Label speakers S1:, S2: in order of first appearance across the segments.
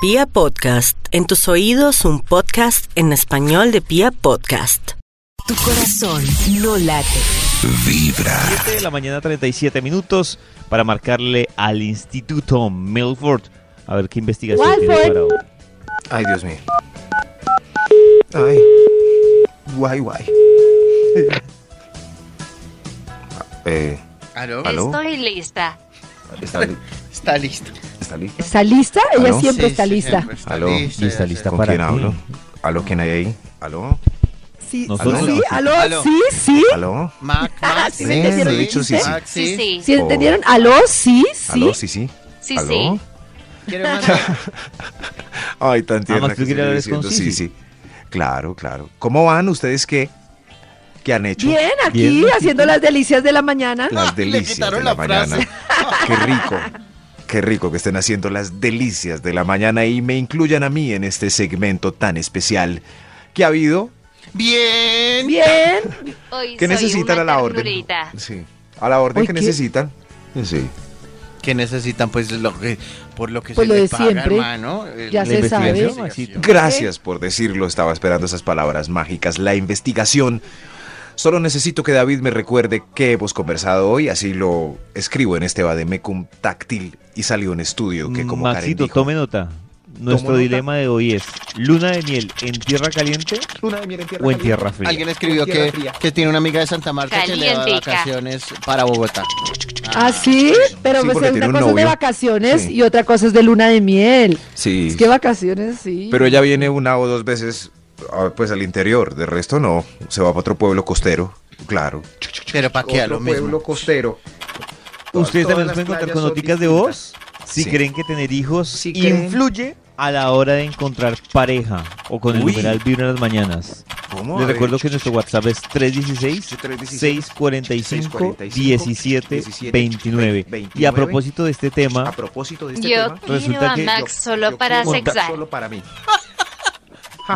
S1: Pia Podcast, en tus oídos un podcast en español de Pia Podcast.
S2: Tu corazón no late.
S3: 7 de la mañana 37 minutos para marcarle al Instituto Milford a ver qué investigación tiene para hoy.
S4: Ay, Dios mío. Ay. Guay, guay. Eh,
S5: ¿Aló?
S4: ¿aló?
S2: Estoy lista.
S4: ¿Está, li-
S5: Está listo.
S4: está listo?
S6: ¿Está lista? Ella
S4: ¿Aló?
S6: siempre
S5: Sí,
S6: está
S5: sí,
S6: lista.
S5: siempre
S4: ¿Aló?
S3: Lista,
S5: ya sé.
S3: lista.
S4: ¿Con
S3: ¿Para
S4: quién
S3: qué?
S4: hablo? ¿Aló? ¿Quién hay ahí? ¿Aló?
S6: Sí,
S3: Nosotros-
S6: sí, aló,
S5: Aló.
S6: sí, sí.
S4: ¿Aló?
S5: Mac, Mac,
S6: Ah, ¿Sí
S4: me entendieron lo que
S5: sí,
S4: dijiste?
S5: Mac,
S2: Sí,
S5: sí.
S2: sí.
S6: ¿Sí entendieron? Aló, sí, sí.
S4: Oh. ¿Aló? Sí, sí.
S2: Sí,
S4: ¿Aló?
S2: sí.
S5: ¿Quiere más?
S4: Ay, tan tierna
S3: Además, tú
S4: que
S3: querías
S4: estoy
S3: hablar
S4: diciendo.
S3: con
S4: Sí,
S3: Sisi.
S4: sí. Claro, claro. ¿Cómo van? ¿Ustedes qué? ¿Qué han hecho?
S6: Bien, aquí
S3: Bien.
S6: haciendo las delicias de la mañana.
S4: Las
S5: Ah, le
S4: delicias
S5: quitaron
S4: de la,
S5: la frase.
S4: mañana. Qué rico. Qué rico que estén haciendo las delicias de la mañana y me incluyan a mí en este segmento tan especial que ha habido
S5: Bien.
S6: Bien.
S2: Hoy
S4: ¿Qué
S2: soy
S4: necesitan
S2: una
S4: a la orden?
S2: ternurita.
S4: Sí. A la orden
S6: Uy,
S4: que
S6: ¿qué?
S4: necesitan. Sí.
S5: ¿Qué necesitan? Pues lo que, por lo que
S6: Pues lo
S5: se le
S6: de
S5: paga,
S6: siempre.
S5: hermano. eh,
S6: Ya
S5: la
S6: se sabe.
S5: investigación.
S3: Maxito.
S4: Gracias por decirlo, estaba esperando esas palabras mágicas. La investigación. Solo necesito que David me recuerde que hemos conversado hoy, así lo escribo en este vademecum táctil y salió un estudio que como Karen
S3: Maxito,
S4: dijo,
S3: tome nota. Nuestro
S4: nota.
S3: dilema de hoy es luna de miel en tierra caliente o en tierra fría.
S5: Alguien escribió que, que tiene una amiga de Santa Marta que le va de
S2: Calientica.
S5: vacaciones para Bogotá.
S6: Ah, sí, pero
S4: Sí,
S6: pues
S4: porque
S6: una
S4: tiene un
S6: cosa es de
S4: novio.
S6: vacaciones
S4: Sí.
S6: y otra cosa es de luna de miel.
S4: Sí.
S6: Es que vacaciones, sí.
S4: Pero ella viene una o dos veces ah, pues al interior, de resto no, se va para otro pueblo costero, claro.
S5: Pero para qué a lo mismo.
S4: costero.
S3: Ustedes también nos pueden contar con noticas de voz si
S4: Sí.
S3: creen que tener hijos
S4: Si creen.
S3: influye a la hora de encontrar pareja o con el
S4: Uy.
S3: numeral vibra en las mañanas.
S4: ¿Cómo?
S3: Les
S4: A ver,
S3: recuerdo que nuestro WhatsApp es 316 645 17 29. Y a propósito de este tema,
S4: a propósito de este
S2: Yo
S4: tema,
S2: quiero
S3: Resulta
S2: a
S3: que-
S2: Max solo para
S3: quiero-
S2: sexar.
S4: solo para mí.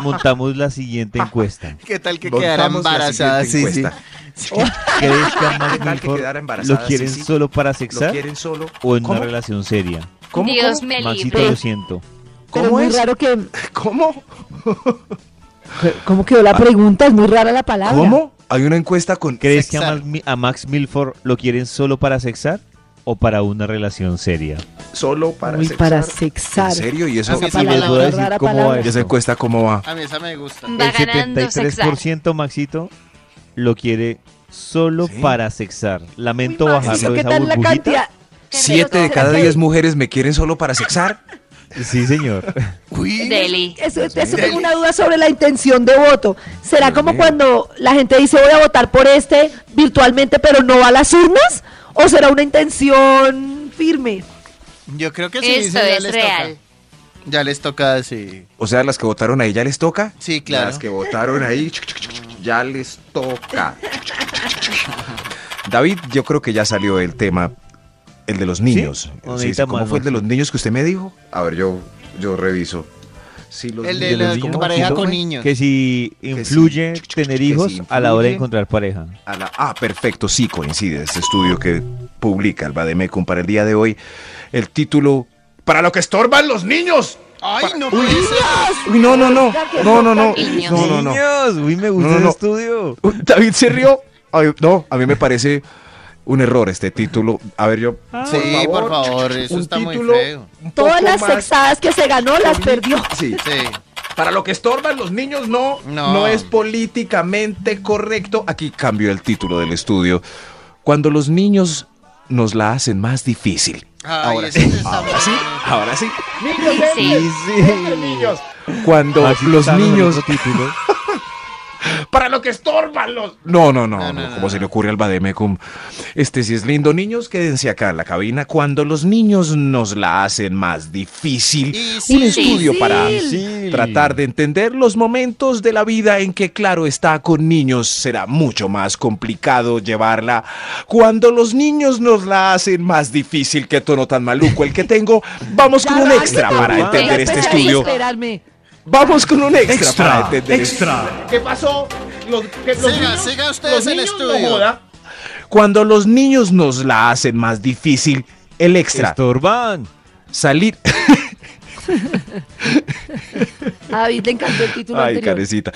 S3: montamos la siguiente encuesta.
S5: ¿Qué tal que
S4: Montamos
S5: quedara
S4: la
S5: embarazada? Sí,
S4: siguiente
S5: sí.
S4: encuesta.
S3: ¿Crees que a Max
S4: ¿Qué tal que
S3: Milford
S4: quedara embarazada,
S3: lo quieren
S4: Sisi?
S3: solo para
S4: ¿Lo
S3: sexar
S4: quieren solo?
S3: o en una
S4: ¿Cómo?
S3: relación seria?
S2: Dios me
S3: Maxito,
S2: libre.
S3: lo siento.
S6: Pero
S4: ¿Cómo
S6: es
S4: es?
S6: muy raro que...
S4: ¿Cómo?
S6: ¿Cómo quedó la pregunta? Es muy rara la palabra.
S4: Ah. ¿Cómo? Hay una encuesta con...
S3: ¿Crees que a
S5: Sexar.
S3: Max, Mi- a Max Milford lo quieren solo para sexar o para una relación seria?
S4: Solo para
S6: Uy,
S4: sexar.
S6: para sexar.
S4: ¿En serio? ¿Y eso?
S5: Esa
S3: Y
S6: palabra,
S3: les voy a decir
S6: rara
S3: cómo va
S6: palabra.
S4: ¿Y esa
S3: esto.
S4: encuesta cómo va?
S5: A mí esa me gusta.
S2: Va
S3: El
S2: ganando sexar.
S3: 73% Maxito lo quiere solo
S4: Sí.
S3: para sexar. Lamento
S6: Uy,
S3: bajarlo
S6: Maxito,
S3: de
S6: ¿Qué
S3: esa
S6: tal la
S3: burbujita.
S6: cantidad?
S4: ¿Siete de cada diez mujeres me quieren solo para sexar?
S3: Sí, señor.
S5: Uy,
S2: Deli.
S6: Eso, eso
S5: Deli.
S6: tengo una duda sobre la intención de voto. ¿Será
S4: Dios
S6: como
S4: mío.
S6: cuando la gente dice voy a votar por este virtualmente pero no va a las urnas? ¿O será una intención firme?
S5: Yo creo que sí.
S2: Eso
S5: sí, ya
S2: es
S5: les
S2: real.
S5: Toca. Ya les toca, sí.
S4: O sea, las que votaron ahí ya les toca.
S5: Sí, claro.
S4: Las que votaron ahí ya les toca. David, yo creo que ya salió el tema, el de los niños. Sí,
S3: ¿O
S4: sí,
S3: necesita
S4: ¿Cómo
S3: más,
S4: fue el de
S3: Maxito?
S4: los niños que usted me dijo? A ver, yo, yo reviso. Sí, los
S5: El de
S4: niños,
S5: las
S4: ¿cómo
S5: con pareja
S4: fue?
S5: con niños.
S3: Que si influye tener
S4: que
S3: hijos
S4: si
S3: a la hora de
S4: influye.
S3: encontrar pareja.
S4: A la- ah, perfecto, sí coincide este estudio que publica el Bademecum para el día de hoy. El título, para lo que estorban los niños.
S5: Ay, no puede ser.
S4: Uy, no, no, no, no, no, no,
S2: Niños.
S4: no, no, no.
S3: Niños, uy, me gusta
S4: No, no,
S3: ese
S4: no.
S3: estudio.
S4: Uy, David se rió. Ay, no, a mí me parece un error este título. A ver, yo.
S5: Sí, por favor, eso
S4: Ah, un
S5: está muy
S4: título
S5: feo.
S4: un poco
S6: Todas las
S4: más-
S6: sexadas que se ganó las perdió.
S4: Sí.
S5: Sí.
S4: Para lo que estorban los niños, no, no.
S5: No.
S4: es políticamente correcto. Aquí cambio el título del estudio. Cuando los niños nos la hacen más difícil.
S5: Ay,
S4: ahora
S5: eso
S4: sí,
S5: está
S4: ahora sí, ahora sí.
S2: Sí.
S4: Niños. Cuando
S3: Maxito
S4: los
S3: está con
S4: niños.
S3: otro título.
S4: Para lo que estorban los. No, no, no, no,
S5: No, no, no,
S4: como se
S5: no.
S4: le ocurre al Bademecum. Este sí es lindo. Niños, quédense acá en la cabina. Cuando los niños nos la hacen más difícil.
S5: Y
S4: Un
S5: sí.
S4: estudio para
S3: Difícil.
S4: tratar de entender los momentos de la vida en que, claro, está con niños. Será mucho más complicado llevarla. Cuando los niños nos la hacen más difícil, qué tono tan maluco el que tengo. Vamos con un
S6: Ya,
S4: extra
S6: Maxito,
S4: para
S6: ya
S4: entender este
S6: empezaste a
S4: estudio.
S6: esperarme.
S4: Vamos con un extra, para entender este
S7: ¿Qué pasó? Los, que
S5: Siga,
S7: los niños-
S5: siga
S7: los
S5: ustedes el
S7: niños no
S5: estudio.
S7: joda.
S4: Cuando los niños nos la hacen más difícil, el extra,
S3: Estorban.
S4: salir,
S6: A David le encantó el título
S4: Ay,
S6: anterior.
S4: carecita.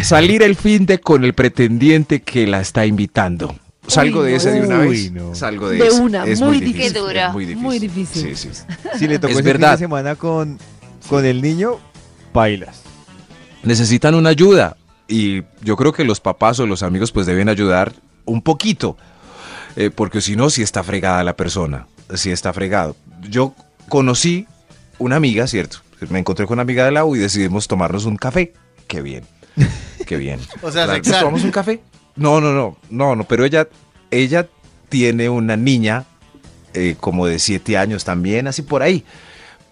S4: Salir el fin de con el pretendiente que la está invitando. Salgo de
S6: no.
S4: esa de una vez.
S3: Uy, no.
S4: Salgo de,
S6: De
S4: esa.
S6: una,
S4: Es
S6: muy
S4: muy
S6: difícil.
S4: difícil.
S2: Qué dura,
S4: es Muy difícil.
S6: muy difícil.
S4: Sí, sí.
S3: Si le tocó
S4: Es
S3: ese fin
S4: verdad.
S3: de semana con, con el niño, bailas.
S4: necesitan una ayuda y yo creo que los papás o los amigos pues deben ayudar un poquito, eh, porque si no, si está fregada la persona, si está fregado. Yo conocí una amiga, ¿cierto? Me encontré con una amiga de la U y decidimos tomarnos un café. Qué bien, qué bien.
S5: O sea,
S4: Claro, ¿nos
S5: sexar.
S4: tomamos un café? No, no, no, no, no, pero ella, ella tiene una niña eh, como de siete años también, así por ahí.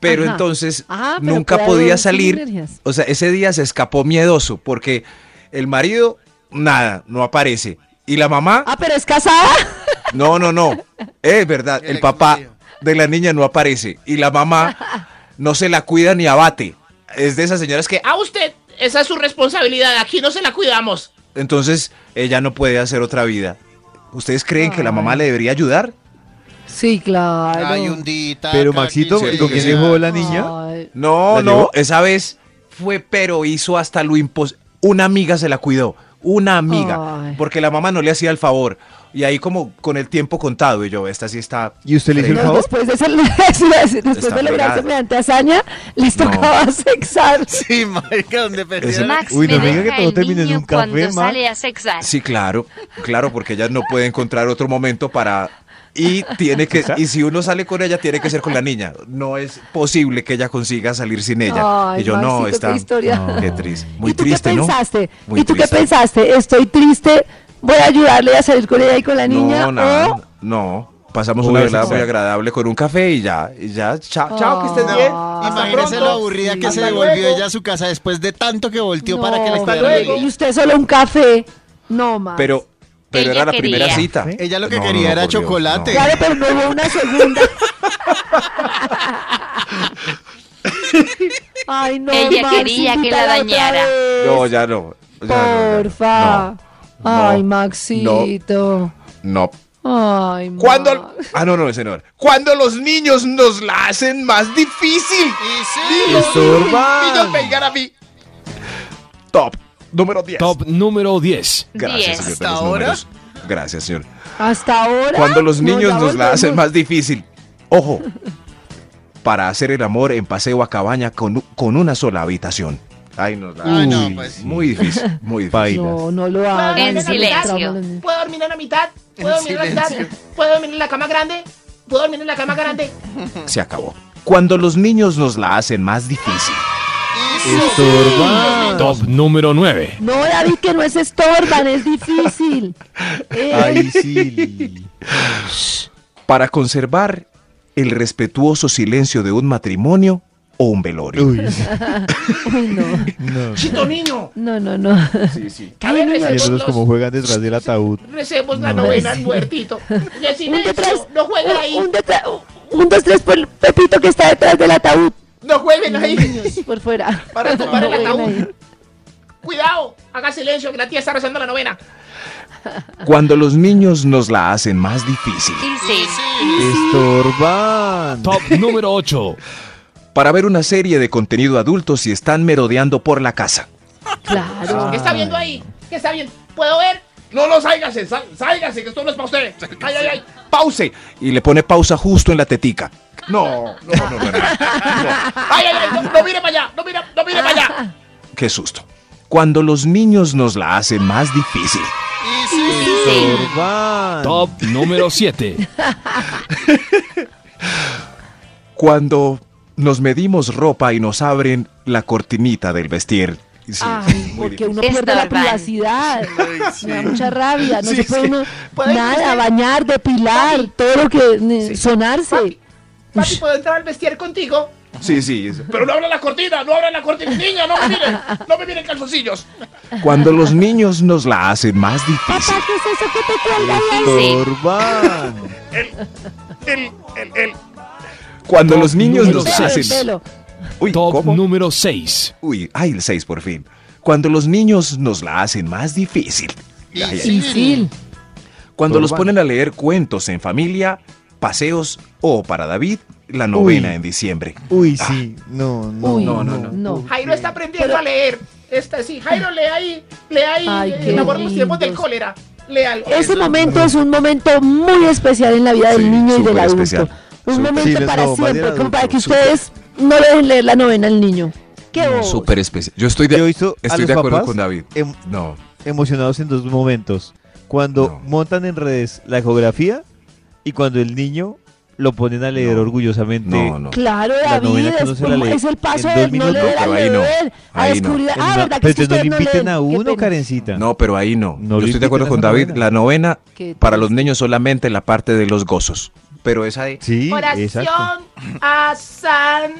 S4: Pero
S6: Ajá.
S4: entonces
S6: Ajá, pero
S4: nunca
S6: cuidado,
S4: podía
S6: sin
S4: salir.
S6: energías.
S4: O sea, ese día se escapó miedoso porque el marido, nada, no aparece. Y la mamá,
S6: Ah, pero es casada.
S4: no, no, no. Es verdad,
S5: El
S4: el
S5: ex
S4: papá
S5: marido.
S4: de la niña no aparece. Y la mamá no se la cuida ni abate. Es de esas señoras que, ah,
S7: A usted, esa es su responsabilidad. Aquí no se la cuidamos.
S4: entonces ella no puede hacer otra vida. ¿Ustedes creen que la mamá le debería ayudar?
S6: Sí, claro.
S5: Hay un dita.
S3: Pero
S5: cada
S3: Maxito,
S5: 15
S4: sí,
S3: ¿con
S5: días.
S3: quién dejó la niña?
S6: Ay,
S4: No,
S3: ¿La
S4: no,
S3: llevó?
S4: esa vez fue, pero hizo hasta lo imposible. Una amiga se la cuidó, una amiga,
S6: Ay.
S4: porque la mamá no le hacía el favor. Y ahí como con el tiempo contado, y yo, esta sí está...
S3: ¿Y usted le hizo el
S6: no,
S4: fregada.
S3: favor?
S6: después de, ese- eso iba a decir, después
S4: Está
S6: de lograr
S4: fregada.
S6: semejante hazaña, les
S4: No.
S6: tocaba sexar.
S5: Sí, marica, donde perdieron.
S2: Max,
S3: Uy, no
S2: me
S3: me diga
S2: deja
S3: que todo
S2: el
S3: termina en
S2: niño
S3: un café,
S2: cuando
S3: Max.
S2: sale a sexar.
S4: Sí, claro, claro, porque ella no puede encontrar otro momento para... Y tiene que, y si uno sale con ella, tiene que ser con la niña. No es posible que ella consiga salir sin ella.
S6: Ay,
S4: y yo, no,
S6: Maxito,
S4: está...
S6: qué historia.
S4: no, Qué triste. Muy
S6: ¿Y tú
S4: triste,
S6: qué
S4: ¿no?
S6: pensaste?
S4: Muy
S6: ¿Y tú
S4: triste.
S6: qué pensaste? Estoy triste, voy a ayudarle a salir con ella y con la niña.
S4: No, nada,
S6: o-
S4: no. Pasamos
S3: Uy,
S4: una
S3: sí,
S4: velada
S3: sí.
S4: muy agradable con un café y ya, y ya, chao, chao, que estés
S6: Ay.
S4: bien.
S5: Imagínese lo aburrida que se
S7: Hasta
S5: devolvió
S7: luego.
S5: ella a su casa después de tanto que volteó para que la
S6: No,
S5: cuidara la
S6: pero- Y
S5: niña.
S6: usted solo un café. No, más.
S4: Pero, pero
S2: Ella
S4: era la
S2: quería.
S4: primera cita.
S5: Ella lo que
S4: No, no,
S5: quería
S4: no,
S5: era
S4: por Dios,
S5: chocolate.
S4: no.
S6: Claro, pero no hubo una segunda. Ay, no.
S2: Ella
S6: Max,
S2: quería que la
S6: invítala otra
S2: dañara.
S6: vez.
S4: No, ya no. ya no, ya no.
S6: Porfa.
S4: No,
S6: Ay,
S4: no,
S6: Maxito.
S4: No.
S6: Ay, Max.
S4: Cuando. Ah, no, no, ese no era. Cuando los niños nos la hacen más difícil.
S5: Y
S4: Y
S5: sí,
S4: nos
S7: Y no
S4: turban.
S7: me digan a mí.
S4: Top número 10.
S8: Top número 10.
S4: Gracias,
S2: Diez.
S4: señor. de
S5: ¿Hasta
S4: los
S5: ahora?
S4: números. Gracias, señor.
S6: Hasta ahora.
S4: Cuando los
S6: No,
S4: niños
S6: ya
S4: nos la
S6: volvemos.
S4: hacen más difícil. Ojo, para hacer el amor en paseo a cabaña con, con una sola habitación. Ay, nos la
S5: Ay, no,
S4: Uy,
S5: pues.
S4: Muy difícil, muy difícil.
S6: No, no lo hagan.
S2: En
S6: les
S2: silencio.
S6: trauma a los niños.
S7: ¿Puedo dormir en la mitad? ¿Puedo
S5: En
S7: dormir en la mitad?
S5: silencio.
S7: ¿Puedo dormir en la cama grande? ¿Puedo dormir en la cama grande?
S4: Se acabó. Cuando los niños nos la hacen más difícil.
S8: Top número 9.
S6: No, David, que no es estorban, es difícil. Eh,
S3: Ay, sí.
S4: Para conservar el respetuoso silencio de un matrimonio o un velorio.
S3: Uy,
S6: uy, no.
S3: no.
S7: Chito niño.
S6: No, no, no.
S4: Sí, sí.
S7: A ver,
S3: Y
S7: recemos,
S3: esos
S7: los,
S3: como juegan detrás del ataúd.
S7: recemos la
S3: No.
S7: novena, muertito. Y así
S6: Un
S7: me
S6: detrás.
S7: no jueguen ahí.
S6: Un, un detrás. Un, dos, tres, por el Pepito que está detrás del ataúd.
S7: No jueguen ahí.
S6: Niños, por fuera.
S7: Para tumbar el
S6: No,
S7: ataúd.
S6: bueno,
S7: Cuidado, haga silencio, que la tía está rezando la novena.
S4: Cuando los niños nos la hacen más difícil.
S2: Y sí.
S3: Estorban.
S8: Top número 8.
S4: Para ver una serie de contenido adulto si están merodeando por la casa.
S6: Claro.
S7: ¿Qué está viendo ahí? ¿Qué está viendo? ¿Puedo ver? Ah. No, no, sálgase, sá- sálgase, que esto no es para usted. Ay, ay, ay.
S4: pause y le pone pausa justo en la tetica. No, no, no, no, no, no.
S7: Ay, ay, ay, no, no mire para allá, no mire, no mire para allá.
S4: Qué susto. Cuando los niños nos la hacen más difícil.
S5: y sí.
S3: Estorban.
S8: Top número 7.
S4: Cuando nos medimos ropa y nos abren la cortinita del vestir. Sí,
S6: Ay, porque uno pierde la
S2: Estorban.
S6: privacidad. Me da mucha rabia. No
S4: Sí,
S6: se puede
S4: sí.
S6: uno
S7: Puede que
S6: nada,
S7: usted-
S6: bañar, depilar, todo lo que ne- sonarse.
S7: Papi, papi, ¿puedo entrar al vestir contigo?
S4: sí, sí. es-
S7: Pero no abra la cortina, no abra la cortina. Niña, no me miren, no me miren calzoncillos.
S4: Cuando los niños nos la hacen más difícil.
S6: Papá, ¿qué es eso que te cuelga ahí?
S3: Estorban.
S7: El, el, el.
S4: Cuando
S8: Top
S4: los niños
S8: número
S4: nos
S6: Pelo,
S8: seis.
S4: hacen...
S6: pelo.
S4: Uy,
S8: Top
S4: ¿cómo?
S8: número 6.
S4: Uy, ay, el 6 por fin. Cuando los niños nos la hacen más difícil. Ay, ay,
S6: Difícil.
S4: Cuando los
S3: Turban.
S4: ponen a leer cuentos en familia paseos o para David, la novena en diciembre.
S3: Uy, sí. No, no.
S6: Uy,
S4: no, no, no.
S7: Jairo está aprendiendo a leer. Esta, sí, Jairo, lee ahí, lee ahí.
S6: Ay,
S7: eh,
S6: qué
S7: enamoró los tiempos del
S6: lindos.
S7: cólera. Lea algo.
S6: Ese momento es un momento muy especial en la vida
S4: Sí,
S6: del niño y del
S4: súper
S6: adulto.
S4: especial. Súper.
S6: Un
S3: Sí,
S6: momento
S3: les-
S6: para
S3: no, más
S6: siempre,
S3: del
S6: como para que
S3: adulto, súper.
S6: ustedes no le dejen leer la novena al niño. Qué
S4: Mm,
S6: bobo.
S9: Súper especial. Yo estoy
S3: Yo he
S9: de,
S3: visto a
S9: estoy
S3: los
S9: de acuerdo
S3: papás
S9: con David.
S3: em-
S9: No.
S3: emocionados en dos momentos. Cuando
S4: No.
S3: montan en redes la ecografía y cuando el niño lo ponen a leer
S4: No.
S3: orgullosamente.
S4: No, no.
S6: Claro,
S3: La
S6: David,
S3: novena que
S6: es,
S3: no se la lee
S6: es el paso
S3: en
S6: de
S3: dos
S6: no
S3: minutos,
S6: leer al
S9: pero ahí no,
S6: bebir, a
S9: ahí no.
S6: descubrir. Ah,
S3: En
S6: ¿verdad
S3: una-
S6: que es que
S3: pero entonces no
S6: ustedes
S3: le
S6: no
S3: inviten
S6: leen?
S3: a
S6: Qué
S3: uno,
S6: pena.
S3: Karencita.
S4: No, pero ahí no.
S3: No
S4: Yo
S3: le
S4: estoy de
S3: invitan
S4: acuerdo
S3: a
S4: con
S3: esa
S4: David.
S3: novena.
S4: La novena
S6: Qué
S4: para los niños solamente la parte de los gozos. Pero esa ahí.
S3: Sí,
S7: Oración
S3: exacto.
S7: a San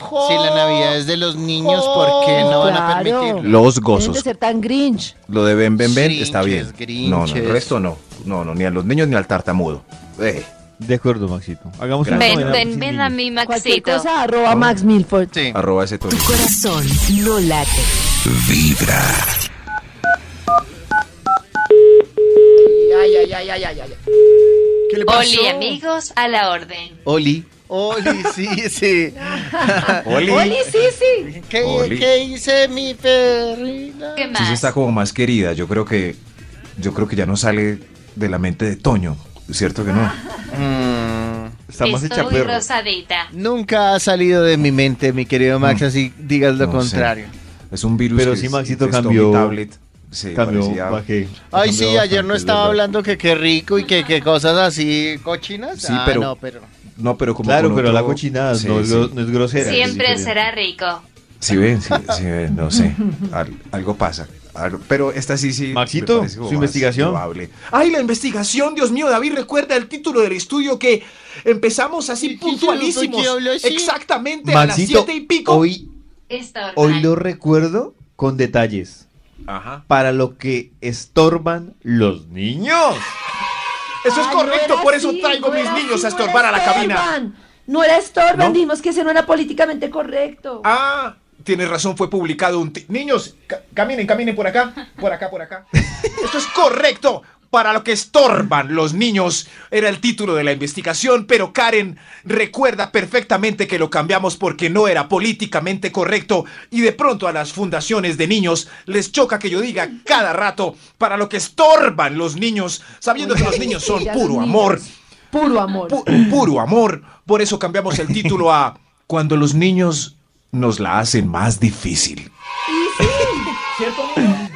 S7: Jorge.
S5: Si la Navidad es de los niños, ¿por qué no van a
S6: Claro.
S5: permitirlo?
S4: Los
S6: Deben de
S4: gozos.
S6: ser tan grinch.
S4: Lo de Ben Ben Ben está bien.
S5: Grinches,
S4: No, no, el
S5: grinches.
S4: resto no. No, no, ni a los niños ni al tartamudo. Eh,
S3: De acuerdo, Maxito. Hagamos una
S4: Gracias.
S2: Ven,
S3: novena
S2: ven,
S3: sin
S2: ven a
S3: niños.
S2: mi
S6: Cualquier
S2: Maxito.
S6: cosa, arroba Max Milford.
S5: Sí.
S4: arroba ese
S1: Tu
S4: tono.
S1: corazón no late.
S7: Ay, ay, ay, ay, ay, ay.
S5: ¿Qué le
S2: Oli, amigos, a la orden.
S5: Oli. Oli, sí, sí.
S4: Oli.
S6: Oli, sí, sí.
S5: ¿Qué,
S4: Oli.
S5: qué hice mi perrina?
S2: ¿Qué
S4: Sí, se
S2: más?
S4: está como más querida. Yo creo que. Yo creo que ya no sale de la mente de Toño. ¿Cierto que no?
S5: Mm,
S3: Está más hecha
S2: Estoy
S3: perro.
S2: rosadita.
S5: nunca ha salido de mi mente, mi querido Max, así digas lo
S4: No sé.
S5: contrario.
S4: Es un virus.
S3: Pero
S4: que
S3: sí,
S4: es-
S3: Maxito
S4: infestó
S3: cambió-
S4: mi tablet. Sí,
S3: Cambió
S4: parecía-
S3: pa' qué.
S5: Ay,
S3: Cambió
S5: sí,
S3: bastante,
S5: ayer no
S3: es
S5: estaba
S3: verdad.
S5: hablando que qué rico y que qué cosas así cochinas.
S4: Sí,
S5: ah,
S4: pero-
S5: no, pero...
S4: No, pero como.
S3: Claro,
S4: con
S3: pero la
S4: otro-
S3: cochinada
S4: Sí,
S3: no, es
S4: sí.
S3: gro- no es grosera.
S2: Siempre
S3: es diferente.
S2: será rico.
S4: Si ven, si, ven, no sé. Al- algo pasa. Algo- pero esta sí, sí. me
S3: Maxito,
S4: parece como
S3: su
S4: más
S3: investigación.
S4: probable.
S7: Ay, la investigación, Dios mío, David recuerda el título del estudio que empezamos así
S5: Sí, sí, sí,
S7: puntualísimos.
S5: porque habló así.
S7: Exactamente a las
S3: Maxito,
S7: siete y pico.
S3: hoy,
S2: Está
S3: hoy
S2: normal.
S3: lo recuerdo con detalles.
S4: Ajá.
S3: Para lo que estorban los niños.
S7: Eso
S6: Ay,
S7: es
S6: no
S7: correcto,
S6: era
S7: por eso
S6: así,
S7: traigo
S6: no
S7: mis
S6: era
S7: niños
S6: así,
S7: a
S6: no era
S7: estorbar a la cabina.
S6: estorban. No era estorban,
S4: ¿No?
S6: dijimos que ese no era políticamente correcto.
S7: Ah, tienes razón, fue publicado un... ti- Niños, ca- caminen, caminen por acá, por acá, por acá. Esto es correcto. Para lo que estorban los niños era el título de la investigación, pero Karen recuerda perfectamente que lo cambiamos porque no era políticamente correcto y de pronto a las fundaciones de niños les choca que yo diga cada rato para lo que estorban los niños, sabiendo que los niños son
S6: Ya
S7: puro
S6: niños.
S7: amor,
S6: Puro amor.
S7: Pu- puro amor. Por eso cambiamos el título a Cuando los niños nos la hacen más difícil.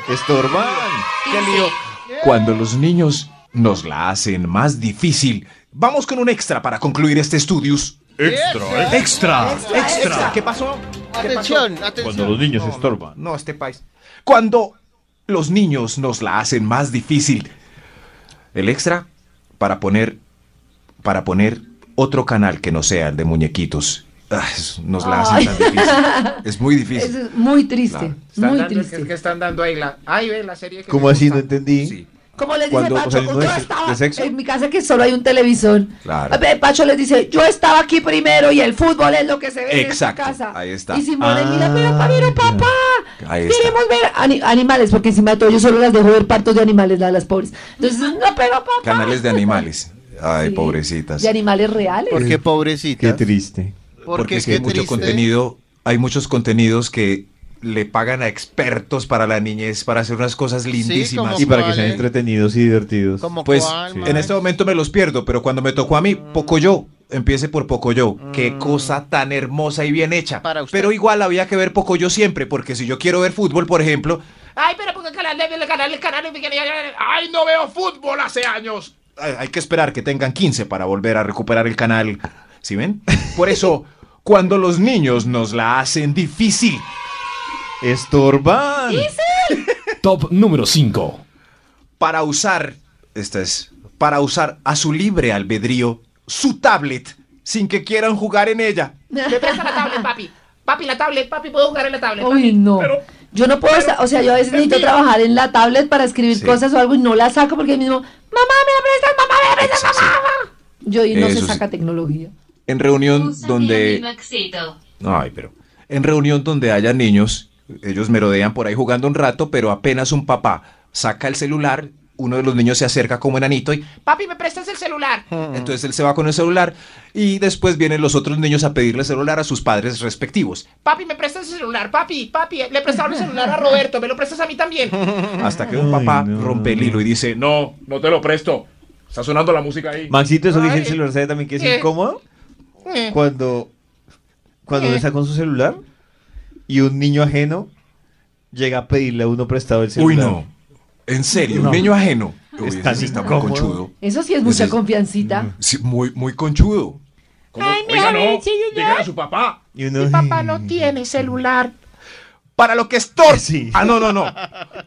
S3: Estorban.
S2: Sí, sí.
S4: Cuando los niños nos la hacen más difícil.
S7: Vamos con un extra para concluir este estudios.
S5: Extra,
S8: Extra.
S7: Extra. ¿Qué pasó?
S5: Atención, atención.
S3: Cuando los niños estorban.
S7: No, este país.
S4: Cuando los niños nos la hacen más difícil. El extra para poner para poner otro canal que no sea el de muñequitos. Ah, es- nos la hacen tan difícil. Es muy
S6: Eso
S4: difícil.
S6: es muy triste,
S4: Claro.
S6: muy triste.
S7: están dando ahí la. Ay, ve la serie que.
S3: ¿Cómo así? No entendí.
S4: Sí.
S6: Como les dice
S3: Cuando,
S6: Pacho,
S3: o sea, no
S6: yo
S3: es de-
S6: estaba
S3: de sexo.
S6: en mi casa que solo hay un televisor.
S4: Claro.
S6: Eh, Pacho les dice, yo estaba aquí primero y el fútbol es lo que se ve
S4: Exacto,
S6: en esta casa.
S4: ahí está.
S6: Y Simón le mira,
S3: Ah,
S6: pero papá, pero
S3: ya.
S6: papá,
S4: Ahí está.
S6: queremos ver ani- animales, porque encima de todo yo solo las dejo ver partos de animales, las, las pobres. Entonces, no, pero papá.
S4: Canales de animales. Ay,
S6: Sí,
S4: pobrecitas.
S6: De animales reales.
S5: Porque pobrecita.
S3: Qué triste.
S4: Eh, Porque
S5: porque
S4: es que hay
S5: qué
S4: mucho
S5: triste.
S4: contenido, hay muchos contenidos que le pagan a expertos para la niñez, para hacer unas cosas lindísimas.
S5: como
S3: Y para que
S5: ¿Cuál
S3: sean
S5: es?
S3: entretenidos y divertidos.
S5: Como
S4: Pues
S5: cuál,
S3: sí.
S5: Max?
S4: en este momento me los pierdo, pero cuando me tocó a mí,
S5: Mm.
S4: poco yo. Empiece por poco yo. Qué cosa tan hermosa y bien hecha.
S5: Para usted.
S4: Pero igual había que ver poco yo siempre, porque si yo quiero ver fútbol, por ejemplo,
S7: Ay, pero porque el canal, el canal, el canal. el canal- Ay, no veo fútbol hace años.
S4: hay hay que esperar que tengan 15 para volver a recuperar el canal. ¿Sí ven? Por eso, cuando los niños nos la hacen difícil.
S3: Estorban.
S8: Top número 5.
S4: para usar, esta es, para usar a su libre albedrío su tablet sin que quieran jugar en ella.
S7: Me presta la tablet, papi. Papi, la tablet, papi, puedo jugar en la tablet.
S6: Uy, no.
S7: Pero-
S6: yo no puedo, sa- o sea, yo a veces
S7: es
S6: necesito
S7: mío.
S6: trabajar en la tablet para escribir
S4: Sí.
S6: cosas o algo y no la saco porque mismo, mamá, me la prestas, mamá, me la prestas, mamá. Yo y no
S4: Eso
S6: se
S4: sí.
S6: saca tecnología.
S4: En reunión
S2: Úsame a mi
S4: donde...
S2: Maxito.
S4: Ay, pero... En reunión donde haya niños, ellos merodean por ahí jugando un rato, pero apenas un papá saca el celular, uno de los niños se acerca como enanito y, papi, ¿me prestas el celular?
S3: Mm.
S4: Entonces él se va con el celular y después vienen los otros niños a pedirle celular a sus padres respectivos. Papi, ¿me prestas el celular? Papi, papi, le prestaron el celular a Roberto, ¿me lo prestas a mí también? Hasta que un
S3: Mm. Ay,
S4: papá
S3: no.
S4: rompe el hilo y dice, no,
S10: No, no te lo presto. Está sonando la música ahí.
S3: Maxito, eso dije en
S4: Ay.
S3: celular, ¿sabe también que es
S4: Eh.
S3: incómodo?
S4: eh,
S3: Cuando, cuando
S4: Eh.
S3: uno está con su celular y un niño ajeno llega a pedirle a uno prestado el
S4: Uy,
S3: celular.
S4: no. En serio,
S3: No.
S4: un niño ajeno. Uy,
S3: Es
S4: ese
S3: tan
S4: sí está muy
S3: incómodo.
S4: conchudo.
S6: Eso sí es
S4: Ese
S6: mucha
S4: es- Mm.
S6: confiancita.
S4: Sí, muy, muy conchudo.
S10: ¿Cómo? Oiga, no. Digan a su papá.
S3: Y uno,
S4: no tiene celular. Para lo que es tor...
S3: Sí.
S4: Ah, no, no, no.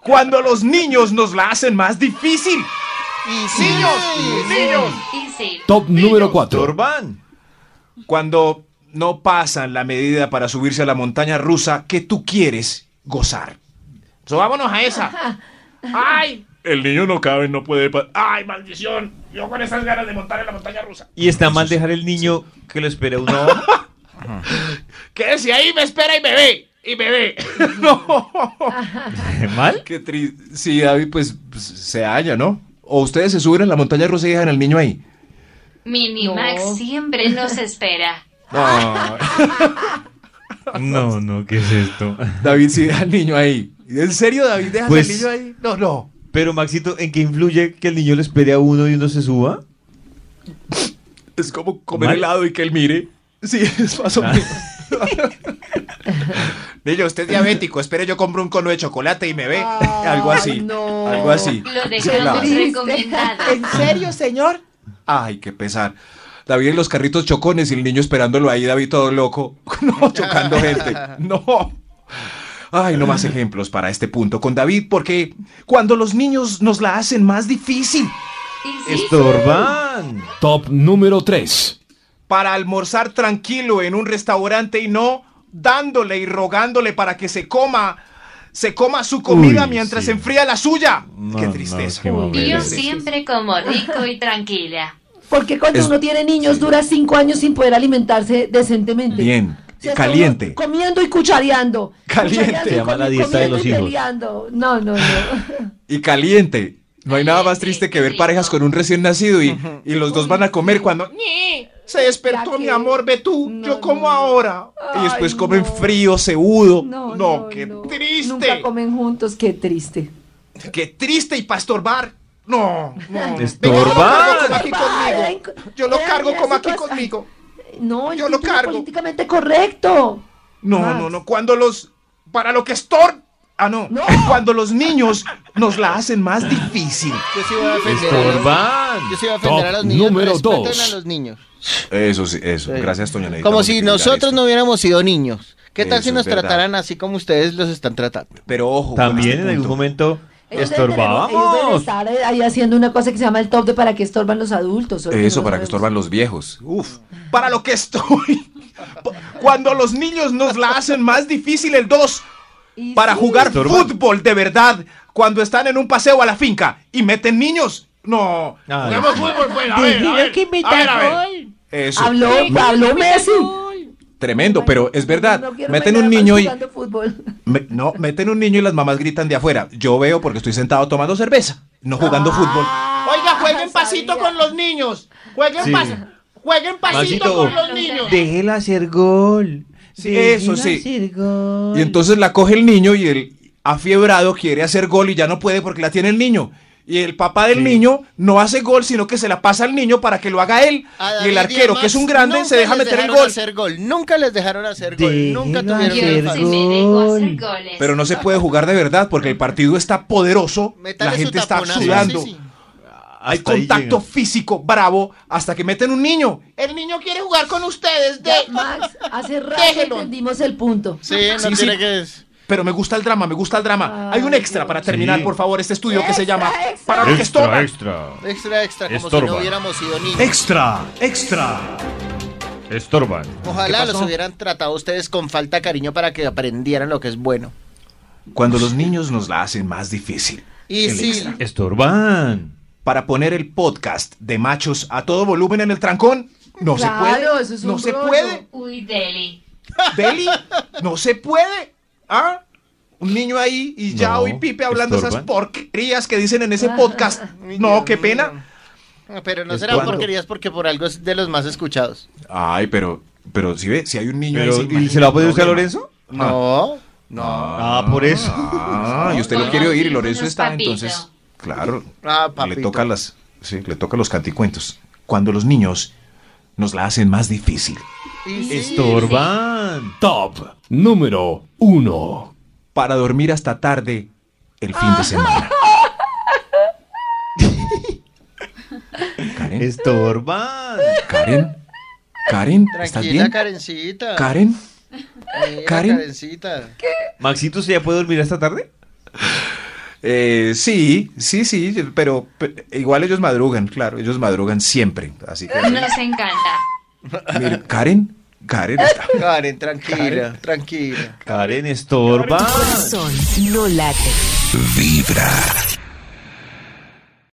S4: Cuando los niños nos la hacen más difícil. ¡Niños!
S10: Niños.
S2: Difícil.
S11: Top número 4.
S3: Torban.
S4: Cuando no pasan la medida para subirse a la montaña rusa que tú quieres gozar. Subámonos a esa.
S10: ¡Ay! El niño no cabe, no puede. pa- ¡Ay, maldición! Yo con esas ganas de montar en la montaña rusa.
S3: Y está mal dejar el niño que lo espera uno abajo.
S10: Quédese ahí, me espera y me ve. Y me ve.
S3: ¿Mal?
S4: Qué triste. Sí, David, pues pues, se halla, ¿no? O ustedes se suben a la montaña rusa y dejan al niño ahí.
S2: Minimax
S6: No.
S2: siempre nos espera.
S4: No,
S3: No, no, ¿qué es esto?
S4: David sí deja al niño ahí. ¿En serio, David, dejas
S3: Pues-
S4: al niño ahí? No, no.
S3: Pero Maxito, ¿en qué influye que el niño le espere a uno y uno se suba?
S4: Es como comer
S3: ¿Mal?
S4: helado y que él mire. Sí, es más o
S3: Ah.
S4: menos. Niño, usted es diabético. Espere, yo compro un cono de chocolate y me ve. Ah, algo así.
S6: no.
S4: Algo así.
S2: Lo
S4: Sí, claro.
S2: dejamos recomendado.
S6: serio, señor?
S4: Ay, qué pesar. David en los carritos chocones y el niño esperándolo ahí, David todo loco. No, chocando gente. No. Ay, no más ejemplos para este punto con David, porque cuando los niños nos la hacen más difícil.
S2: Difícil.
S3: Estorban.
S11: Top número 3.
S4: para almorzar tranquilo en un restaurante y no dándole y rogándole para que se coma, se coma su comida
S3: Uy,
S4: mientras
S3: sí.
S4: se enfría la suya.
S3: No,
S4: qué
S3: no,
S4: tristeza.
S3: qué mamera.
S2: Yo
S4: Sí, sí, sí.
S2: siempre como rico y tranquila.
S6: Porque cuando
S4: Es-
S6: uno tiene niños dura cinco años sin poder alimentarse decentemente.
S4: Bien,
S6: O sea,
S4: caliente.
S6: uno Comiendo y cuchareando.
S4: Caliente.
S6: Cuchareando y
S3: Se llama la
S6: comi-
S3: dieta de
S6: comiendo
S3: los
S6: y
S3: hijos.
S6: peleando. No, no, no.
S4: Y caliente. No hay nada más triste que ver parejas con un recién nacido y, y los dos van a comer cuando "Ñe, se despertó
S6: Ya
S4: mi
S6: que-
S4: amor, ve tú,
S6: No,
S4: yo como
S6: no, no.
S4: ahora. y después
S6: Ay,
S4: comen
S6: no.
S4: frío, seudo.
S6: No,
S4: No,
S6: no,
S4: qué
S6: no.
S4: triste.
S6: Nunca comen juntos, qué triste.
S4: Qué triste y pastorbar. No, no.
S3: Estorbar.
S4: Venga, yo lo cargo como aquí conmigo. Yo lo
S6: Vean,
S4: cargo
S6: vean,
S4: como
S6: si
S4: aquí
S6: tú estás-
S4: conmigo.
S6: No, el
S4: Yo lo
S6: título
S4: cargo.
S6: políticamente correcto.
S4: No,
S6: Max.
S4: no, no. Cuando los. Para lo que estor. Ah, no.
S6: No.
S4: Cuando los niños nos la hacen más difícil.
S5: Yo sí voy a defender a los-
S3: Estorban.
S5: Yo sí voy a ofender
S11: Top
S5: a los niños.
S11: número
S5: respeten
S11: dos.
S5: a los niños.
S4: Eso sí, eso.
S5: Sí.
S4: Gracias, Toña Neidita,
S5: Como
S4: por
S5: si
S4: equilibrar
S5: nosotros
S4: esto.
S5: no hubiéramos sido niños. ¿Qué tal
S4: Eso
S5: si
S4: es
S5: nos
S4: verdad.
S5: trataran así como ustedes los están tratando?
S4: Pero ojo. con
S3: También
S4: este
S3: en algún
S4: punto.
S3: momento
S6: Ellos deben tener- Ellos deben
S3: estorbábamos.
S6: estar eh, ahí haciendo una cosa que se llama el top de para que estorban los adultos. ahora
S4: Eh, Eso,
S6: no
S4: para que
S6: los
S4: estorban los viejos. Uf. Para lo que estoy. Cuando los niños nos la hacen más difícil el 2.
S6: vemos. Y
S4: Para
S6: sí,
S4: jugar
S3: Estorban.
S4: fútbol de verdad. Cuando están en un paseo a la finca y meten niños. No.
S3: Ay,
S10: Juguemos fútbol, pues. A ver, a
S6: dijeron
S10: ver.
S6: que
S10: A ver, a ver.
S4: Eso.
S6: Habló, habló Messi.
S4: Tremendo, pero es verdad.
S6: No quiero
S4: meten
S6: ver
S4: un
S6: nada más
S4: niño y.
S6: jugando fútbol.
S4: me- no, meten un niño y las mamás gritan de afuera. Yo veo porque estoy sentado tomando cerveza, no jugando fútbol.
S10: Oiga, jueguen pasito
S6: sabía.
S10: con los niños. Jueguen
S3: Sí.
S10: pasito. Jueguen pasito
S3: Maxito.
S10: con los niños.
S3: Déjela hacer gol.
S4: Sí, eso sí. Y entonces la coge el niño y el afiebrado quiere hacer gol y ya no puede porque la tiene el niño. Y el papá del niño no hace gol, sino que se la pasa al niño para que lo haga él.
S5: A
S4: Y el
S5: David
S4: arquero,
S5: a
S4: que es un
S5: Max
S4: grande,
S5: nunca
S4: se deja
S5: les
S4: meter el
S5: dejaron
S4: gol.
S5: hacer gol. Nunca les dejaron hacer gol.
S3: Déjelo
S5: Nunca tuvieron
S3: hacer
S5: el
S2: Yo sí
S5: fácil.
S2: me dejo hacer goles.
S4: Pero no se puede jugar de verdad porque el partido está poderoso,
S5: Métale
S4: la
S5: su
S4: gente está
S5: taponazo,
S4: sudando.
S5: sí, sí.
S4: Hay contacto físico bravo hasta que meten un niño.
S10: El niño quiere jugar con ustedes. De...
S6: Max, hace rato
S10: Déjelo.
S6: entendimos el punto.
S5: Sí, no
S4: Sí, sí.
S5: tiene que.
S4: Pero me gusta el drama, me gusta el drama.
S6: Ay,
S4: Hay un extra para terminar,
S3: Sí.
S4: por favor, este estudio que se
S6: Extra,
S4: llama
S6: extra.
S4: Para lo que estorba.
S3: extra.
S5: Extra, extra, como si
S3: Estorba.
S5: no hubiéramos sido niños.
S12: Extra, extra.
S3: Estorban.
S5: Ojalá los hubieran tratado ustedes con falta de cariño para que aprendieran lo que es bueno.
S4: Cuando los niños nos la hacen más difícil.
S5: Y
S4: El
S5: sí,
S4: extra.
S3: Estorban.
S4: Para poner el podcast de machos a todo volumen en el trancón, no
S6: Claro,
S4: se puede.
S6: eso es un
S4: no se
S6: rollo.
S4: puede.
S2: Uy, Deli.
S4: Deli, no se puede. ¿Ah? un niño ahí y ya
S3: No,
S4: hoy Pipe hablando esas
S3: estorban.
S4: porquerías que dicen en ese podcast. No, qué pena.
S5: Pero no
S3: ¿Es
S5: será
S3: cuándo?
S5: porquerías porque por algo es de los más escuchados.
S4: Ay, pero, pero si ve, si hay un niño
S3: Pero,
S4: ahí.
S3: ¿y se lo ha podido usar Lorenzo?
S5: No.
S4: No.
S3: Ah, por eso.
S4: Ah, y usted lo
S2: No,
S4: quiere oír y
S2: sí,
S4: Lorenzo
S2: unos
S4: está,
S2: papito.
S4: entonces. Claro.
S5: Ah,
S4: le
S5: papito.
S4: toca las. Sí, le toca los canticuentos. Cuando los niños nos la hacen más difícil.
S5: Y sí,
S3: Estorban.
S13: Top número 1.
S4: Para dormir hasta tarde el fin de semana. Karen,
S3: Estorban.
S4: Karen, Karen, ¿estás
S5: Tranquila,
S4: bien?
S5: Karencita.
S4: Karen,
S5: Mira,
S4: Karen.
S5: Karencita.
S3: Maxito, ¿usted ya puede dormir hasta tarde?
S4: Eh, sí, sí, sí, pero, pe- igual ellos madrugan, claro, ellos madrugan siempre. Así que,
S2: Nos encanta.
S4: mire, Karen, Karen está.
S5: Karen, tranquila, tranquila.
S3: Karen, estorban.
S1: Son no late.
S14: Vibra